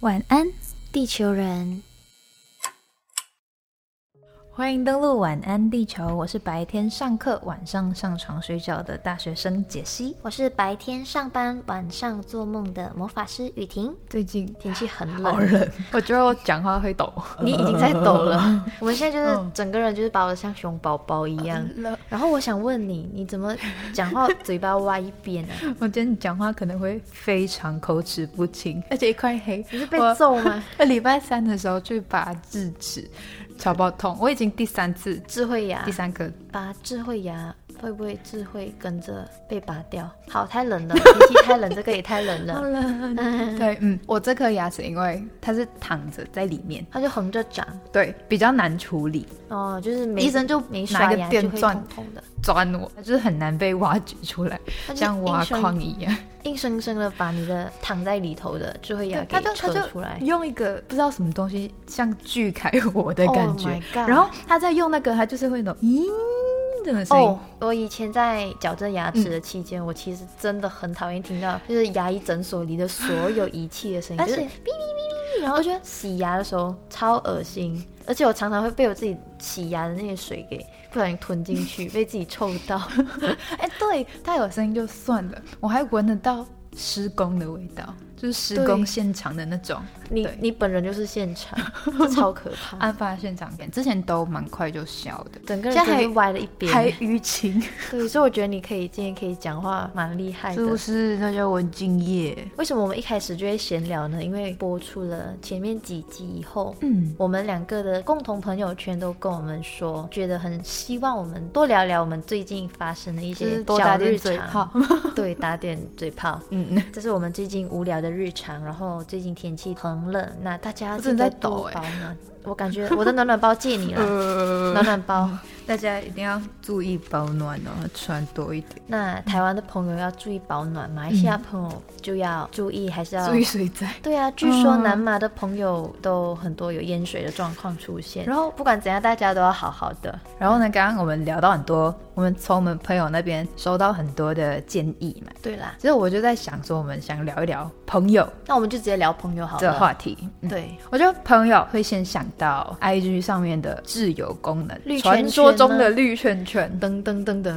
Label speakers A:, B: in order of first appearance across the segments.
A: 晚安，地球人。欢迎登录晚安地球，我是白天上课、晚上上床睡觉的大学生解析。
B: 我是白天上班、晚上做梦的魔法师雨婷。
A: 最近
B: 天气很
A: 好
B: 冷，
A: 冷，
C: 我觉得我讲话会抖，
B: 你已经在抖 了。我们现在
C: 嗯
B: 就是整个人就是把我像熊宝宝一样。然后我想问你，你怎么讲话嘴巴歪一边啊？
C: 我觉得你讲话可能会非常口齿不清，而且一块黑。
B: 你是被
C: 我
B: 揍吗？
C: 礼拜三的时候去拔智齿，超爆痛，我已经第三次，
B: 智慧牙
C: 第，三颗。
B: 拔智慧牙会不会智慧跟着被拔掉？好，太冷 了，天气太冷，这个也太冷了，
C: 冷。对，嗯，我这颗牙齿因为它是躺着在里面，
B: 它就横着长
C: 对，比较难处理，
B: 哦，就是没
C: 医生就
B: 没
C: 拿
B: 刷
C: 一
B: 牙
C: 个
B: 就
C: 电
B: 会
C: 钻
B: 痛痛的，
C: 钻我，就是很难被挖掘出来，
B: 它就是
C: 像挖
B: 硬生
C: 矿一样。
B: 硬生生的把你的躺在里头的智慧牙
C: 对
B: 给
C: 他就他
B: 扯
C: 就
B: 出来，
C: 用一个不知道什么东西，像锯开我的感觉。
B: Oh my god
C: 然后他在用那个，他就是会那种咦这种声音。
B: 哦，我以前在矫正牙齿的期间，我其实真的很讨厌听到就是牙医诊所里的所有仪器的声音，
A: 而
B: 嗯就是
A: 且
B: 哔哔哔哔，然后我觉得洗牙的时候超恶心，而且我常常会被我自己洗牙的那些水给不小心吞进 去，被自己臭到。
C: 哎，对，他有声音就算了，我还闻得到施工的味道，就是施
B: 对
C: 工现场的那种
B: 你
C: 对
B: 你本人就是现 场，这超可怕，
C: 案发现场感，之前都蛮快就消的，
B: 整个
C: 现
B: 人
C: 在还
B: 就是歪了一边。
C: 还淤 青，
B: 对，所以我觉得你可以今天可以讲话蛮厉害的，
C: 是不是？那叫我敬业。
B: 为什么我们一开始就会闲聊呢？因为播出了前面几集以后，
C: 嗯，
B: 我们两个的共同朋友圈都跟我们说，觉得很希望我们多聊聊我们最近发生的一
C: 就
B: 些
C: 是多
B: 小
C: 打
B: 日
C: 点嘴
B: 常
C: 炮，。
B: 对，打点嘴炮。
C: 嗯，
B: 这是我们最近无聊的日常，然后最近天气很冷，那大家
C: 我真的
B: 记
C: 在
B: 得多
C: 抖欸
B: 保暖。我感觉我的暖暖包借你 了，
C: 呃，
B: 暖暖包。
C: 大家一定要注意保暖哦，穿多一点，
B: 那台湾的朋友要注意保暖，马来西亚朋友就要注意，还是要
C: 注意水灾。
B: 对啊，据说
C: 嗯
B: 南马的朋友都很多有淹水的状况出现，
C: 然
B: 后不管怎样，大家都要好好的。
C: 然后呢，刚刚我们聊到很多，我们从我们朋友那边收到很多的建议嘛。
B: 对啦，
C: 其实我就在想说，我们想聊一聊朋友
B: 那我们就直接聊朋友好了。
C: 这个话题。嗯
B: 对，
C: 我觉得朋友会先想到 I G 上面的挚友功能，
B: 绿圈圈
C: 传说中的绿圈圈。
B: 嗯噔噔噔噔，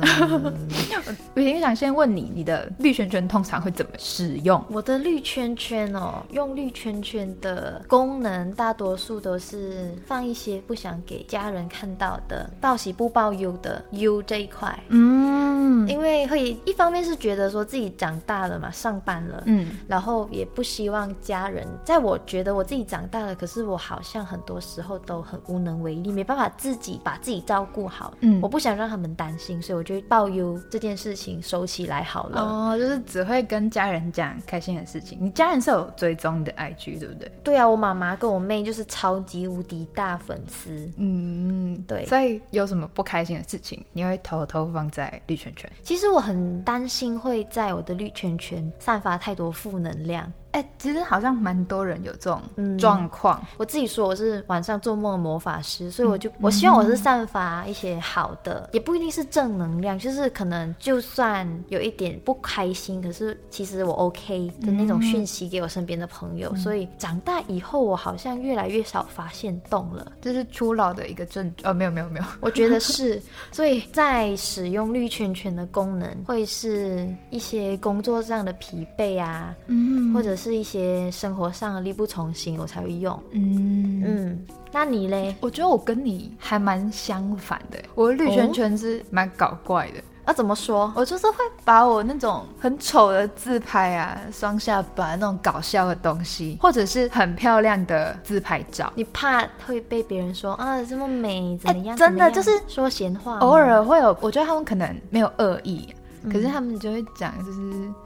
C: 我挺想先问你，你的绿圈圈通常会怎么使用？
B: 我的绿圈圈哦，用绿圈圈的功能，大多数都是放一些不想给家人看到的，报喜不报忧的忧这一块。
C: 嗯
B: 因为会一方面是觉得说自己长大了嘛，上班了，
C: 嗯，
B: 然后也不希望家人，在我觉得我自己长大了，可是我好像很多时候都很无能为力，没办法自己把自己照顾好。
C: 嗯
B: 我不想让他们担心，所以我就报忧这件事情收起来好了。
C: 哦，就是只会跟家人讲开心的事情。你家人是有追踪你的 I G 对不对？
B: 对啊，我妈妈跟我妹就是超级无敌大粉丝。
C: 嗯，
B: 对
C: 所以有什么不开心的事情，你会偷偷放在绿圈圈？
B: 其实我很担心会在我的绿圈圈散发太多负能量。
C: 哎、其实好像蛮多人有这
B: 嗯
C: 种状况。
B: 我自己说我是晚上做梦的魔法师，所以我就、我希望我是散发一些好的，也不一定是正能量，就是可能就算有一点不开心，可是其实我 OK 的那种讯息给我身边的朋友。所以长大以后，我好像越来越少发现动了，
C: 这是初老的一个症，呃，没有没有没有，
B: 我觉得是。所以在使用绿圈圈的功能，会是一些工作上的疲惫啊，
C: 嗯
B: 或者是一些生活上的力不从心，我才会用。
C: 嗯
B: 嗯，那你嘞？
C: 我觉得我跟你还蛮相反的，我的绿圈圈是蛮搞怪的，
B: 要怎么说？
C: 我就是会把我那种很丑的自拍啊、双下巴那种搞笑的东西，或者是很漂亮的自拍照，
B: 你怕会被别人说啊这么美怎么样？
C: 哎真的
B: 怎么样说闲话吗，
C: 偶尔会有，我觉得他们可能没有恶意，可是他们就会讲，就是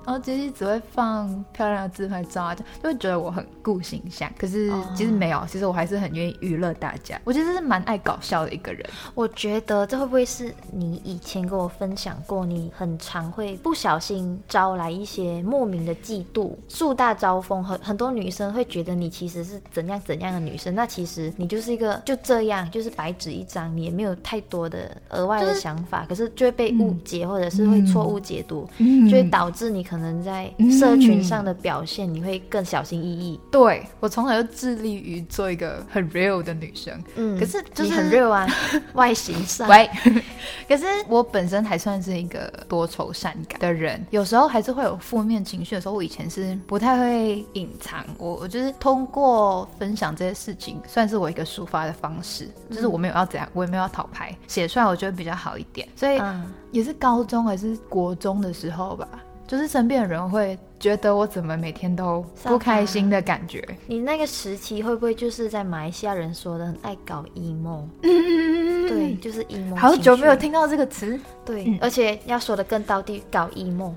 C: 哦，杰西只会放漂亮的自拍照啊，就就会觉得我很顾形象。可是
B: 哦
C: 其实没有，其实我还是很愿意娱乐大家。我其实是蛮爱搞笑的一个人，
B: 我觉得这会不会是你以前跟我分享过，你很常会不小心招来一些莫名的嫉妒，树大招风，很很多女生会觉得你其实是怎样怎样的女生，那其实你就是一个就这样，就是白纸一张，你也没有太多的额外的
C: 就是
B: 想法，可是就会被误解，或者是会错错误解读，
C: 嗯
B: 就会导致你可能在社群上的表现，你会更小心翼翼。
C: 对我从小就致力于做一个很 real 的女生，
B: 嗯，
C: 可是就
B: 你
C: 是
B: 很热啊，外形上，
C: 喂， 可是我本身还算是一个多愁善感的人，有时候还是会有负面情绪的时候。我以前是不太会隐藏，我我就是通过分享这些事情，算是我一个抒发的方式，就是我没有要怎样，我也没有要讨牌，写出来我觉得比较好一点。所以
B: 嗯
C: 也是高中还是国中的时候吧，就是身边的人会觉得我怎么每天都不开心的感觉。
B: 你那个时期会不会就是在马来西亚人说的很爱搞 emo？对，就是 emo。
C: 好久没有，听到这个词，
B: 对，
C: 嗯
B: 而且要说的更到地，搞 emo。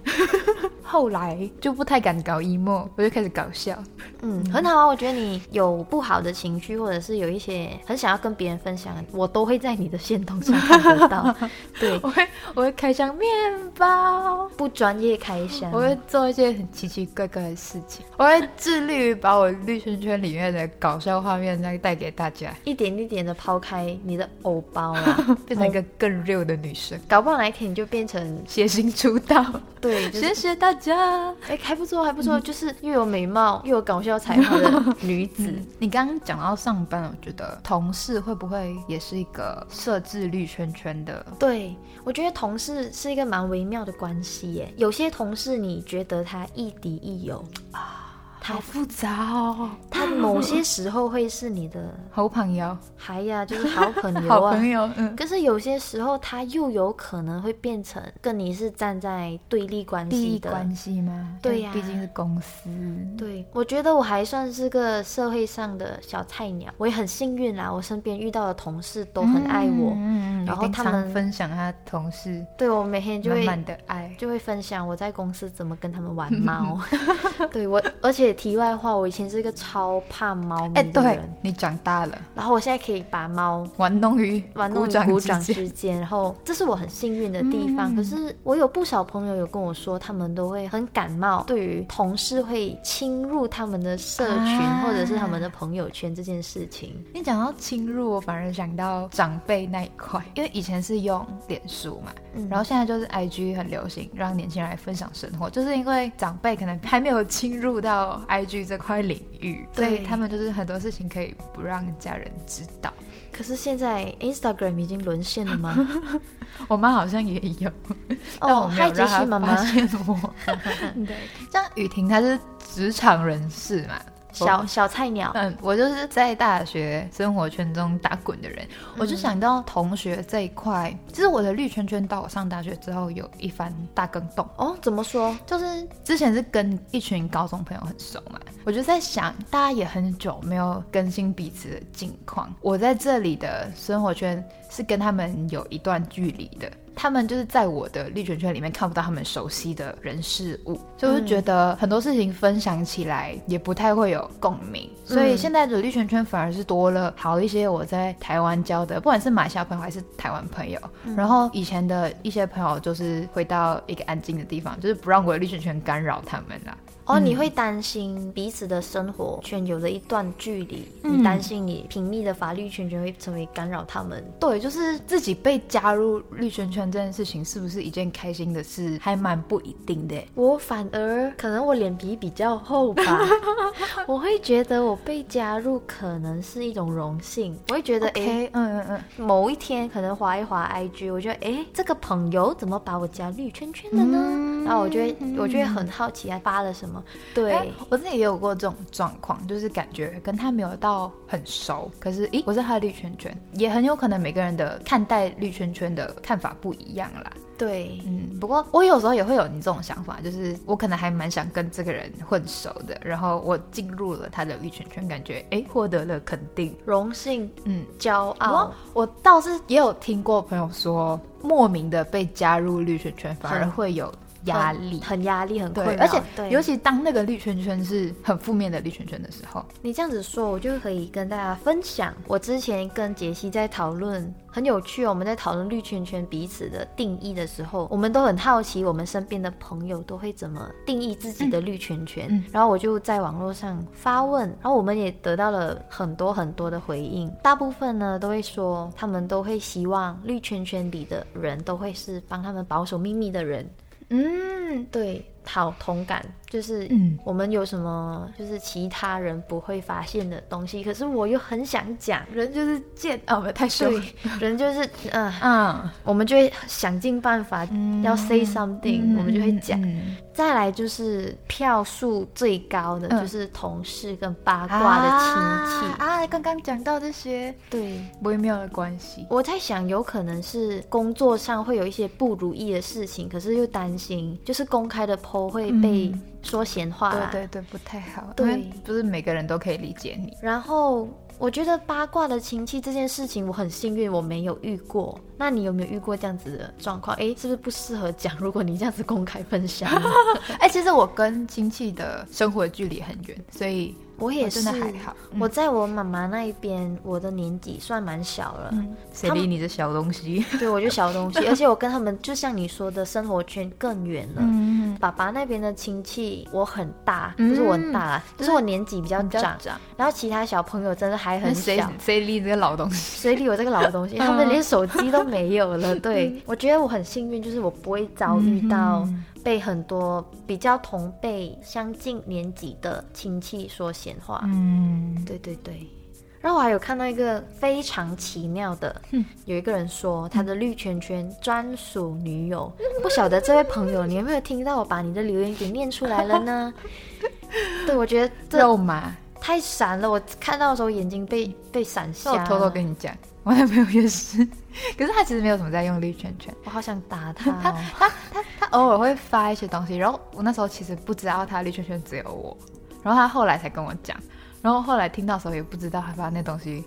C: 后来就不太敢搞 emo，我就开始搞笑。
B: 嗯，很好啊，我觉得你有不好的情绪，或者是有一些很想要跟别人分享，我都会在你的线动上看得 到。对，
C: 我会我会开箱面包，
B: 不专业开箱，
C: 我会做一些很奇奇怪怪的事情，我会致力于把我绿圈圈里面的搞笑画面再带给大家，，
B: 一点一点的抛开你的偶包 啊
C: 变成一个更 real 的女生，
B: 搞不好哪一天你就变成
C: 写信出道，
B: 对，就是
C: 谢谢大家。
B: 哎、还不错，还不
C: 嗯
B: 错，就是又有美貌又有搞笑才华的女 子。
C: 嗯你刚刚讲到上班，我觉得同事会不会也是一个设置绿圈圈的？
B: 对，我觉得同事是一个蛮微妙的关系耶。有些同事你觉得他亦敌亦友啊，他
C: 复杂哦，
B: 他某 些时候会是你的
C: 好朋友，
B: 嗨呀、 就是好朋
C: 好
B: 友啊
C: 朋。友，嗯，
B: 可是有些时候，他又有可能会变成跟你是站在对立关
C: 利
B: 系
C: 益
B: 的。
C: 关系吗？
B: 对
C: 因为
B: 呀
C: 毕竟是公司，
B: 对，我觉得我还算是个社会上的小菜鸟，我也很幸运啦。我身边遇到的同事都很爱我，
C: 嗯嗯嗯
B: 然后
C: 一定
B: 他
C: 常
B: 们
C: 分享他同事
B: 对我每天就
C: 满
B: 会哎
C: 满的爱。
B: 就会分享我在公司怎么跟他们玩 猫。 对我，而且题外话，我以前是一个超怕猫咪
C: 哎、
B: 的人，
C: 对你长大了，
B: 然后我现在可以把猫。
C: 玩弄于
B: 玩弄于
C: 鼓
B: 鼓
C: 掌
B: 掌
C: 之间。
B: 之间，然后这是我很幸运的地
C: 嗯
B: 方。可是我有不少朋友有跟我说，他们都会很感冒，对于同事会侵入他们的社群、
C: 啊
B: 或者是他们的朋友圈这件事情。
C: 你讲到侵入，我反而想到长辈那一块，因为以前是用脸书嘛，
B: 嗯
C: 然后现在就是 IG 很流行，让年轻人来分享生活，就是因为长辈可能还没有侵入到 IG 这块领域，所以
B: 对
C: 他们就是很多事情可以不让家人知道。
B: 可是现在 Instagram 已经沦陷了吗？
C: 我妈好像也有，但我
B: 哦，
C: 没
B: 嗨，
C: 有
B: 杰
C: 让
B: 西
C: 她
B: 妈妈
C: 发，现我。
B: 对，
C: 像雨婷，她是职场人士嘛，
B: 小小菜鸟，
C: 嗯，我就是在大学生活圈中打滚的人，我就想到同学这一块，其实我的绿圈圈到我上大学之后有一番大更动。
B: 哦，怎么说？
C: 就是之前是跟一群高中朋友很熟嘛，我就在想，大家也很久没有更新彼此的近况。我在这里的生活圈是跟他们有一段距离的，他们就是在我的绿圈圈里面看不到他们熟悉的人事物，所以我就觉得很多事情分享起来也不太会有共鸣。所以现在的绿圈圈反而是多了好一些我在台湾交的，不管是马来西亚朋友还是台湾朋友，然后以前的一些朋友就是回到一个安静的地方，就是不让我的绿圈圈干扰他们啊啦。
B: 哦，你会担心彼此的生活圈有了一段距离，
C: 嗯
B: 你担心你频密的法律圈圈会成为干扰他们。
C: 对，就是自己被加入绿圈圈这件事情，是不是一件开心的事，还蛮不一定的耶。
B: 我反而可能我脸皮比较厚 吧，我会觉得我被加入可能是一种荣幸，我会觉得诶，
C: OK，嗯嗯嗯，
B: 某一天可能滑一滑 IG，我觉得诶，这个朋友怎么把我加绿圈圈了呢？
C: 嗯
B: 然后我就会我就会很好奇他发了什么，对。
C: 哎我自己也有过这种状况，就是感觉跟他没有到很熟，可是咦，我是他的绿圈圈，也很有可能每个人的看待绿圈圈的看法不一样啦。
B: 对，
C: 嗯，不过我有时候也会有你这种想法，就是我可能还蛮想跟这个人混熟的，然后我进入了他的绿圈圈，感觉哎获得了肯定，
B: 荣幸、
C: 嗯。
B: 骄傲
C: 我，我倒是也有听过朋友说，莫名的被加入绿圈圈，反而
B: 很
C: 会有压力。
B: 很压力，很困
C: 对，
B: 扰。
C: 而且
B: 对
C: 尤其当那个绿圈圈是很负面的绿圈圈的时候，
B: 你这样子说，我就可以跟大家分享，我之前跟杰西在讨论，很有趣哦。我们在讨论绿圈圈彼此的定义的时候，我们都很好奇，我们身边的朋友都会怎么定义自己的绿圈圈。
C: 嗯嗯
B: 然后我就在网络上发问，然后我们也得到了很多很多的回应。大部分呢都会说，他们都会希望绿圈圈里的人都会是帮他们保守秘密的人。嗯，对，好同感，就是
C: 嗯
B: 我们有什么就是其他人不会发现的东西，可是我又很想讲，人就是贱，
C: 哦，不太凶。
B: 对，人就是嗯、
C: 嗯，
B: 我们就会想尽办法、
C: 嗯
B: 要 say something，、我们就会讲。
C: 嗯
B: 再来就是票数最高的
C: 嗯
B: 就是同事跟八卦的亲戚，
C: 啊啊刚刚讲到这些
B: 对。
C: 微妙的关系，
B: 我在想，有可能是工作上会有一些不如意的事情，可是又担心，就是公开的 PO 会被
C: 嗯
B: 说闲话、
C: 对对对，不太好。
B: 对
C: 因为不是每个人都可以理解你。
B: 然后我觉得八卦的亲戚这件事情，我很幸运我没有遇过。那你有没有遇过这样子的状况？诶，是不是不适合讲？如果你这样子公开分 享，
C: 哎、其实我跟亲戚的生活距离很远，所以
B: 我也
C: 我
B: 是。
C: 真的还好。嗯
B: 我在我妈妈那一边，我的年纪算蛮小了，
C: 谁理嗯你这小东 西？
B: 对我就小东西，而且我跟他们就像你说的，生活圈更远了。
C: 嗯，
B: 爸爸那边的亲戚，我很大，
C: 嗯
B: 不是我很大啦，就是我年纪比较
C: 比较
B: 长，
C: 长
B: 然后其他小朋友真的还很
C: 谁
B: 小，
C: 谁理你这个老东西？
B: 所以理我这个老
C: 嗯
B: 东西，他们连手机都没有了。对，我觉得我很幸运，就是我不会遭遇到被很多比较同辈相近年纪的亲戚说闲话。
C: 嗯，
B: 对对对。然后我还有看到一个非常奇妙的，
C: 嗯
B: 有一个人说他的绿圈圈专属女友，
C: 嗯
B: 不晓得这位朋友你有没有听到我把你的留言给念出来了 呢？对，我觉得这
C: 肉麻。
B: 太闪了，我看到的时候眼睛被被闪
C: 那
B: 瞎
C: 我
B: 了。
C: 偷偷跟你讲，我男朋友也是， 可是他其实没有什么在用绿圈圈。
B: 我好想打他、 哦。
C: 他偶尔会发一些东西，然后我那时候其实不知道他绿圈圈只有我，然后他后来才跟我讲，然后后来听到的时候也不知道他发那东西，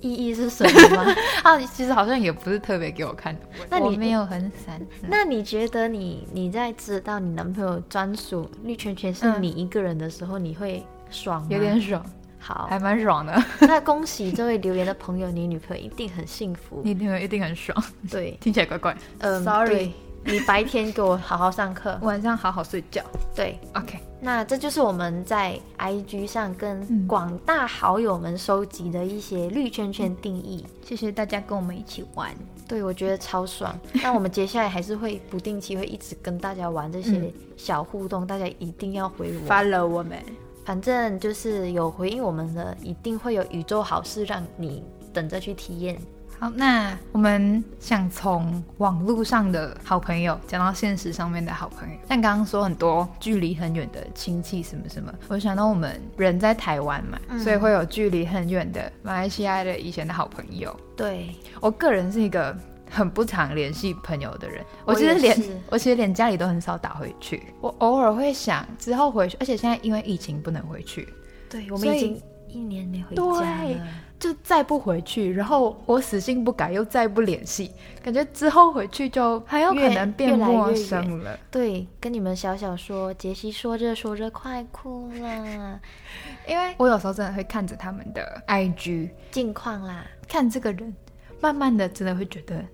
B: 意义是什么 吗？
C: 他啊其实好像也不是特别给我看的，
B: 那你
C: 我没有很 闪，
B: 那你觉得你你在知道你男朋友专属绿圈圈是
C: 嗯
B: 你一个人的时候，你会爽吗？
C: 有点爽，
B: 好。
C: 还蛮爽的，
B: 那恭喜这位留言的朋友，你女朋友一定很幸福。
C: 你听了一定很爽，
B: 对，
C: 听起来怪怪。
B: 嗯
C: Sorry，
B: 对你白天给我好好上 课。
C: 晚上好好睡觉。
B: 对，
C: OK，
B: 那这就是我们在 IG 上跟
C: 嗯
B: 广大好友们收集的一些绿圈圈定义。
C: 谢谢大家跟我们一起玩，
B: 对，我觉得超爽。那我们接下来还是会不定期会一直跟大家玩这些
C: 嗯
B: 小互动，大家一定要回我。
C: ，follow 我们，
B: 反正就是有回应我们的，一定会有宇宙好事让你等着去体验。
C: 好，那我们想从网络上的好朋友讲到现实上面的好朋友，像刚刚说很多距离很远的亲戚什么什么，我想到我们人在台湾嘛，所以会有距离很远的马来西亚的以前的好朋友。
B: 对，
C: 我个人是一个很不常联系朋友的人，
B: 我
C: 我其实
B: 也
C: 连
B: 是
C: 我其实连家里都很少打回去，我偶尔会想之后回去，而且现在因为疫情不能回去，
B: 对我
C: 所
B: 们
C: 以
B: 已经一年没回家
C: 对
B: 了。
C: 就再不回去，然后我死性不改，又再不联系，感觉之后回去就很有可能变陌生了。
B: 对，跟你们小小说，杰西说着说着快哭了，
C: 因为我有时候真的会看着他们的 IG，
B: 近况啦。
C: 看这个人，慢慢的真的会觉得，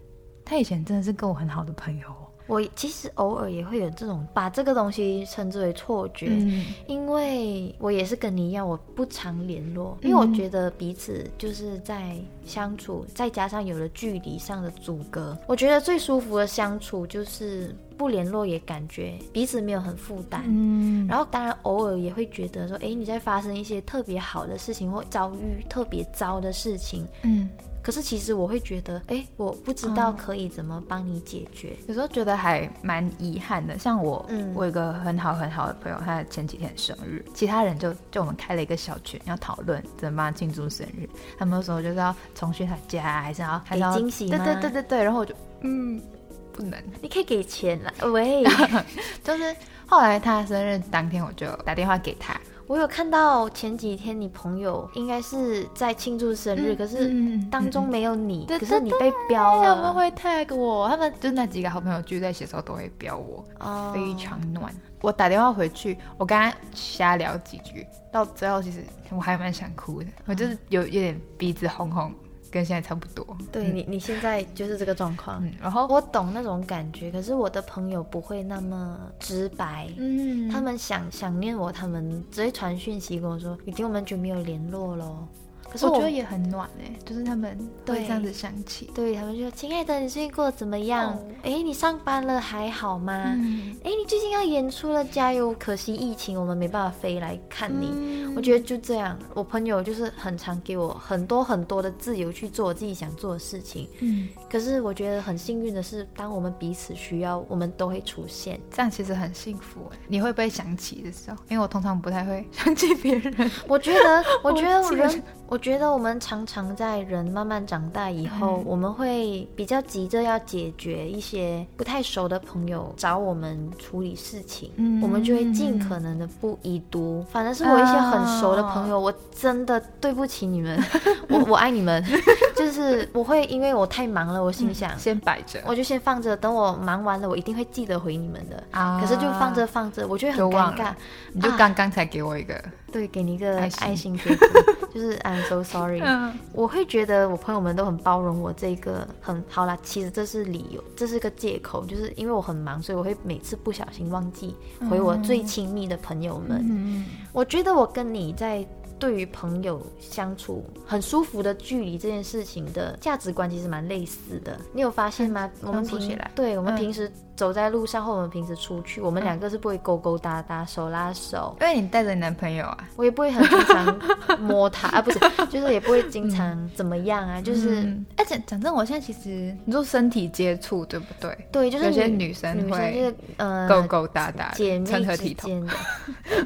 C: 他以前真的是跟我很好的朋友哦。
B: 我其实偶尔也会有这种把这个东西称之为错觉，
C: 嗯
B: 因为我也是跟你一样，我不常联络，因为我觉得彼此就是在相处，再加上有了距离上的阻隔，我觉得最舒服的相处就是不联络，也感觉彼此没有很负担。
C: 嗯，
B: 然后当然偶尔也会觉得说，诶，你在发生一些特别好的事情或遭遇特别糟的事情，
C: 嗯，
B: 可是其实我会觉得，诶，我不知道
C: 哦
B: 可以怎么帮你解决。
C: 有时候觉得还蛮遗憾的。像我，
B: 嗯
C: 我有一个很好很好的朋友，他前几天生日，其他人就就我们开了一个小群，要讨论怎么帮他庆祝生日。他们有时候就是要重去他家，还是要还是要
B: 给惊喜
C: 对
B: 吗
C: 对对对对，然后我就嗯，不能。
B: 你可以给钱啦， 喂，
C: 就是后来他生日当天，我就打电话给他，
B: 我有看到前几天你朋友应该是在庆祝生日，
C: 嗯
B: 可是
C: 嗯嗯
B: 当中没有你，
C: 对
B: 可
C: 对
B: 是你被标
C: 他们
B: 了，
C: 会 tag 我，他们就那几个好朋友聚在一起的时候都会标我，
B: 哦
C: 非常暖。我打电话回去，我跟他瞎聊几句，到最后其实我还蛮想哭的，我就是有有点鼻子红红，跟现在差不多。
B: 对你，你现在就是这个状况。
C: 嗯，然后
B: 嗯 我懂那种感觉，可是我的朋友不会那么直白，
C: 嗯
B: 他们想想念我，他们只会传讯息跟我说，已经我们久没有联络咯。可是
C: 我
B: 我
C: 觉得也很暖哎、就是他们会
B: 对
C: 这样子想起。
B: 对他们就说：“亲爱的，你最近过得怎么样？哎、你上班了还好吗？哎、
C: 哦嗯，
B: 你最近要演出了，加油！可惜疫情，我们没办法飞来看你。
C: 嗯
B: 我觉得就这样，我朋友就是很常给我很多很多的自由去做我自己想做的事情。
A: 嗯，
B: 可是我觉得很幸运的是，当我们彼此需要，我们都会出现。
C: 这样其实很幸福哎、你会不会想起的时候？因为我通常不太会想起别 人。
B: 我觉得，我觉得
C: 我记得
B: 人，我觉得我们常常在人慢慢长大以后，
C: 嗯
B: 我们会比较急着要解决一些不太熟的朋友找我们处理事情，
C: 嗯
B: 我们就会尽可能的不已读。反正是我一些很熟的朋
C: 啊
B: 友，我真的对不起你 们，我我爱你们， 就是我会因为我太忙了，我心想。
C: 先摆着，
B: 我就先放着，等我忙完了，我一定会记得回你们的。
C: 啊
B: 可是就放着放着，我就会很
C: 就忘
B: 尴尬
C: 了。你就刚刚才给我一个，
B: 对，给你一个
C: 爱心
B: 爱心贴 图，就是 I'm so sorry。
C: 嗯
B: 我会觉得我朋友们都很包容我这个很好啦，其实这是理由，这是个借口，就是因为我很忙，所以我会每次不小心忘记回我最亲密的朋友们。
C: 嗯，
B: 我觉得我跟你在对于朋友相处很舒服的距离这件事情的价值观其实蛮类似的，你有发现吗？我们
C: 相处起
B: 平
C: 来
B: 对我们
C: 嗯
B: 平时走在路上或我们平时出去，我们
C: 嗯
B: 两个是不会勾勾搭搭、手拉手，
C: 因为你带着你男朋友啊，
B: 我也不会很经常摸 它啊，不是，就是也不会经常怎么样啊，就是、
C: 嗯而且讲真，我现在其实你说身体接触对不对？
B: 对，就是
C: 有些
B: 女
C: 女生
B: 女生
C: 会
B: 就是呃
C: 勾勾搭搭的，
B: 姐妹
C: 成何
B: 之
C: 体统？
B: 间的，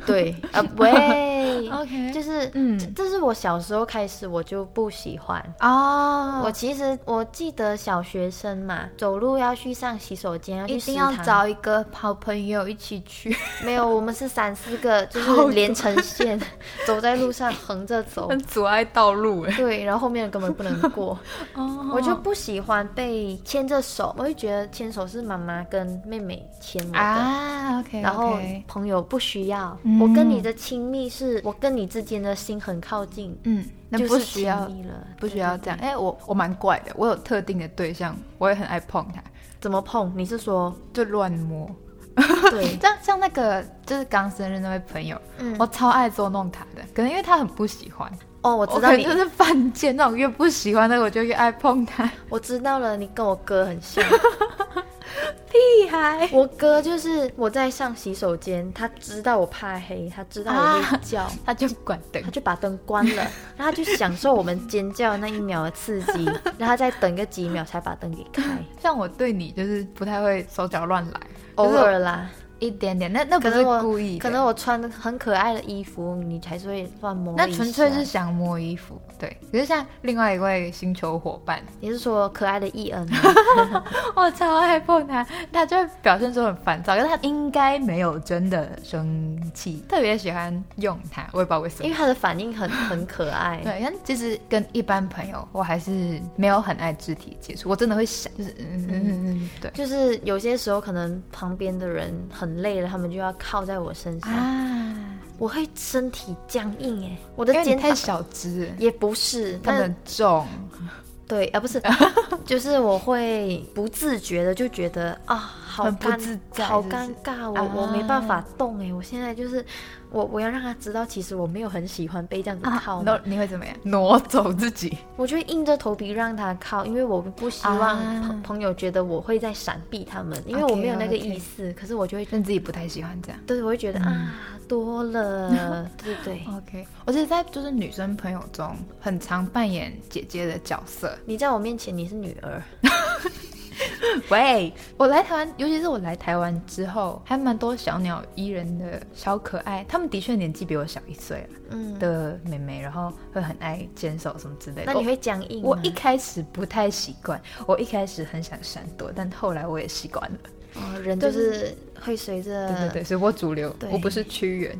B: 对 啊、喂
C: OK
B: 就是嗯，
C: 嗯
B: 这这是我小时候开始我就不喜欢。
C: 哦，
B: 我其实我记得小学生嘛，走路要去上洗手间，要去
C: 一
B: 食
C: 定要
B: 堂
C: 找一个好朋友一起去，
B: 没有，我们是三四个，就是
C: 好
B: 连成线，走在路上横着走
C: 很，阻碍道路哎。
B: 对，然后后面根本不能过。
C: 哦
B: 我就不喜欢被牵着手，我会觉得牵手是妈妈跟妹妹牵我的。
C: 啊，OK，
B: 然后朋友不需要，
C: 嗯
B: 我跟你的亲密是我跟你之间的心很靠近，
C: 嗯，那
B: 就
C: 不
B: 是
C: 需
B: 亲
C: 要，
B: 密了，
C: 不需
B: 对
C: 要这样。哎，我我蛮怪的，我有特定的对象，我也很爱碰他，
B: 怎么碰？你是说
C: 就乱摸。
B: 对？
C: 像像那个就是刚生日那位朋友，
B: 嗯
C: 我超爱捉弄他的，可能因为他很不喜欢，
B: 哦，我
C: 我
B: 知
C: 可
B: 道
C: 能
B: 你，
C: 就是犯贱那种，越不喜欢的我就越爱碰他。
B: 我知道了，你跟我哥很像。
C: 屁孩，
B: 我哥就是我在上洗手间，他知道我怕黑，他知道
C: 啊
B: 我会叫，
C: 他就管灯
B: 他。就把灯关 了，然后他就享受我们尖叫的那一秒的刺激，然后他再等个几秒才把灯给开。
C: 像我对你就是不太会手脚乱来，
B: 偶
C: 就是
B: 尔啦，
C: 一点点，那那不
B: 可
C: 是
B: 能我
C: 故意的，
B: 可能我穿很可爱的衣服，你还是会乱摸一下。
C: 那纯粹是想摸衣服，对。可是像另外一位星球伙 伴，
B: 你是说可爱的伊恩吗？
C: 我超爱碰他，他就会表现出很烦躁，可是他应该没有真的生气，特别喜欢用他，我也不知道为什
B: 因
C: 么
B: 为。他的反应很很可爱。
C: 对，但其实跟一般朋友，我还是没有很爱肢体接触，我真的会想，就是嗯嗯嗯嗯，对
B: 就是有些时候可能旁边的人很累了，他们就要靠在我身上，
C: 啊，
B: 我会身体僵硬哎，我的
C: 因为你
B: 肩
C: 太
B: 膀
C: 小只了，
B: 也不是，
C: 他们
B: 但
C: 很重，
B: 对啊不 是，就是我会不自觉的就觉得啊好
C: 很不
B: 尴
C: 自在
B: 好
C: 是不是
B: 尴尬，我、
C: 啊
B: 我没办法动哎，我现在就是我我要让他知道，其实我没有很喜欢被这样子靠嘛、
C: 那你会怎么样？啊挪走自己，
B: 我就会硬着头皮让他靠，因为我不希望
C: 啊
B: 朋朋友觉得我会在闪避他们，因为我没有那个
C: OK，OK 嗯
B: 意思。可是我就会，
C: 但自己不太喜欢这样。
B: 对，我会觉得、啊，多了，对对 对。
C: OK，而且在就是女生朋友中，很常扮演姐姐的角色。
B: 你在我面前你是女儿，
C: 喂，我来台湾，尤其是我来台湾之后，还蛮多小鸟依人的小可爱，他们的确年纪比我小一岁了
B: 嗯，
C: 的妹妹，然后会很爱牵手什么之类的。
B: 那你会僵硬吗？
C: 我？我一开始不太习惯，我一开始很想闪躲，但后来我也习惯了。
B: 哦，人就是会随着
C: 对对对，随波逐流
B: 嗯对，
C: 我不是屈 原。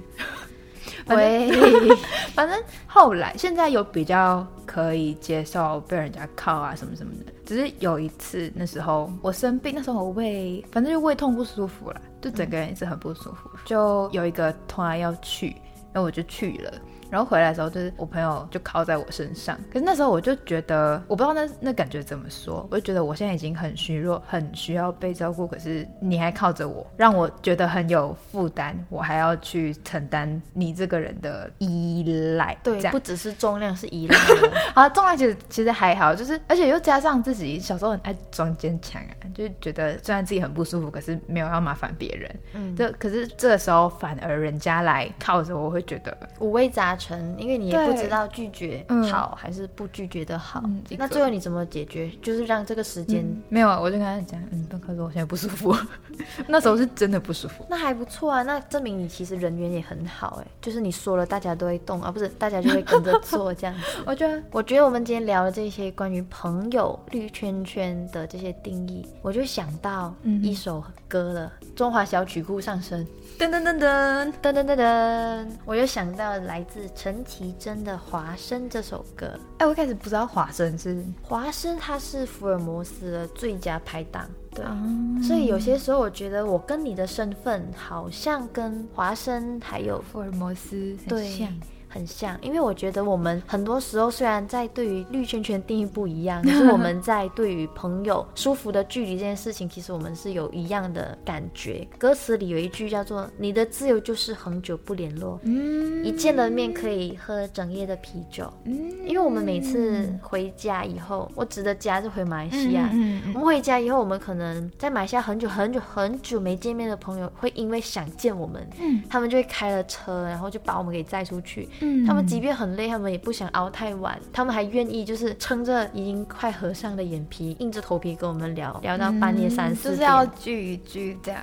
C: 反正
B: 喂，
C: 反正后来现在有比较可以接受被人家靠啊什么什么的，只是有一次那时候我生病，那时候我胃反正就胃痛不舒服啦，就整个人一直很不舒服，就有一个团要去。然后我就去了。然后回来的时候，就是我朋友就靠在我身上。可是那时候我就觉得，我不知道那那感觉怎么说，我就觉得我现在已经很虚弱，很需要被照顾。可是你还靠着我，让我觉得很有负担，我还要去承担你这个人的依赖。
B: 对
C: 这，样
B: 不只是重量是哦一样 的，
C: 好，重量其实其实还好，就是而且又加上自己小时候很爱装坚强啊，就是觉得虽然自己很不舒服，可是没有要麻烦别人。
B: 嗯，
C: 这可是这个时候反而人家来靠着我，会觉得
B: 五味杂陈，因为你也
C: 对
B: 不知道拒绝
C: 嗯
B: 好还是不拒绝的好嗯
C: 嗯。
B: 那最后你怎么解决？就是让这个时间，
C: 没有，啊，我就跟他讲，嗯，不可是我现在不舒服， 那时候是真的不舒服。
B: 那还不错啊，那证明你其实人缘也很好哎，就是你说了大家都会动啊，不是大家就会跟着做这样子。
C: 我觉得
B: 我觉得我们今天聊的这些关于朋友绿圈圈的这些定义，我就想到
C: 嗯
B: 一首歌了，中华小曲库上升》。
C: 噔噔噔噔，
B: 噔噔噔噔，我又想到来自陈绮贞的《华生》这首歌。
C: 哎，我一开始不知道华生是
B: 华生他是福尔摩斯的最佳拍档，对。
C: 哦
B: 所以有些时候，我觉得我跟你的身份好像跟华生还有
C: 福尔摩斯，很
B: 对
C: 像。
B: 很像，因为我觉得我们很多时候虽然在对于绿圈圈定义不一样， 可是我们在对于朋友舒服的距离这件事情，其实我们是有一样的感觉。歌词里有一句叫做“你的自由就是恒久不联络”，
C: 嗯
B: 一见了面可以喝整夜的啤酒。
C: 嗯，
B: 因为我们每次回家以后，我指的家是回马来西亚。
C: 嗯嗯
B: 我们回家以后，我们可能在马来西亚很久很久很久没见面的朋友，会因为想见我们，
C: 嗯
B: 他们就会开了车，然后就把我们给载出去。
C: 嗯
B: 他们即便很累，他们也不想熬太晚，他们还愿意就是撑着已经快合上的眼皮，硬着头皮跟我们聊聊到半夜三四点。
C: 嗯就是要聚一聚这样。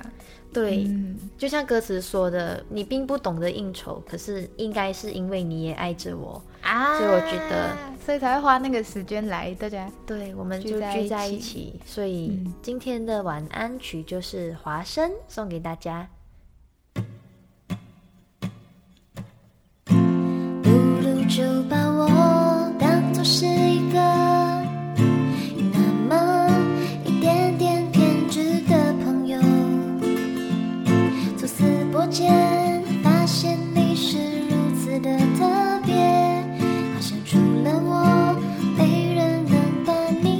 B: 对，
C: 嗯
B: 就像歌词说的，你并不懂得应酬，可是应该是因为你也爱着我。
C: 啊
B: 所以我觉得，
C: 所以才会花那个时间来大家。
B: 对，我们
C: 聚
B: 就
C: 在
B: 聚
C: 一
B: 在一
C: 起
B: 起，所以
C: 嗯
B: 今天的晚安曲就是《华生》，送给大家。
D: 不如就把我当作是一个那么一点点偏执的朋友，抽丝剥茧，发现你是如此的特别，好像除了我，没人能把你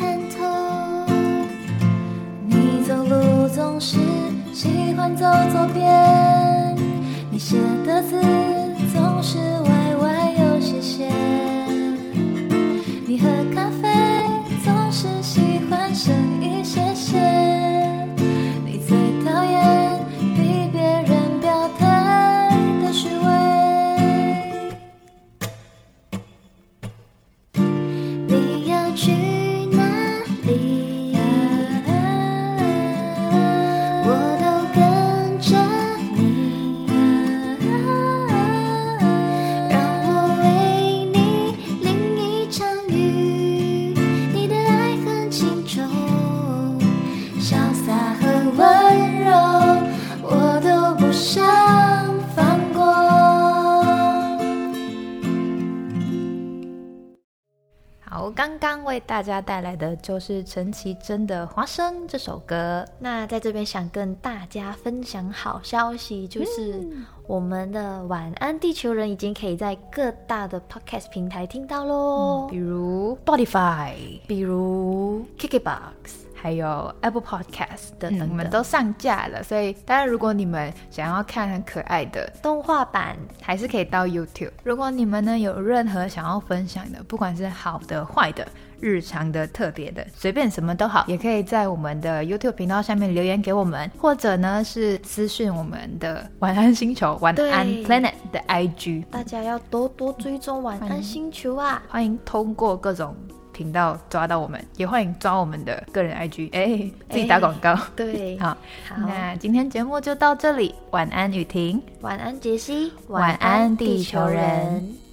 D: 看透。你走路总是喜欢走左边，你写的字总是歪歪又斜斜。你喝咖啡总是喜欢深一些些，你最讨厌比别人表态的虚伪。你要去哪里？啊我都跟着你，让我为你淋一场雨。你的爱很轻重，潇洒和温柔，我都不想放过。
A: 好，刚刚为大家带来的就是陈绮贞的《华生》这首歌。
B: 那在这边想跟大家分享好消息，就是
C: 嗯
B: 我们的《晚安地球人》已经可以在各大的 podcast 平台听到喽、
C: 比如 Spotify，
B: 比如 KKBox。
C: 还有 Apple Podcast
B: 等
C: 嗯
B: 等
C: 我们
B: 等
C: 都上架了。所以，当然如果你们想要看很可爱的，
B: 动画版，
C: 还是可以到 YouTube。如果你们呢有任何想要分享的，不管是好的、坏的、日常的、特别的，随便什么都好，也可以在我们的 YouTube 频道下面留言给我们，或者呢是私讯我们的晚安星球、晚安
B: 对
C: Planet 的 IG。
B: 大家要多多追踪晚安星球啊！
C: 欢迎通过各种频道抓到我们，也欢迎抓我们的个人 IG。哎，自己打广告。
B: 对，
C: 嗯好，
B: 哎好
C: 那今天节目就到这里，晚安雨婷。
B: 晚安杰西，
C: 晚安地球人。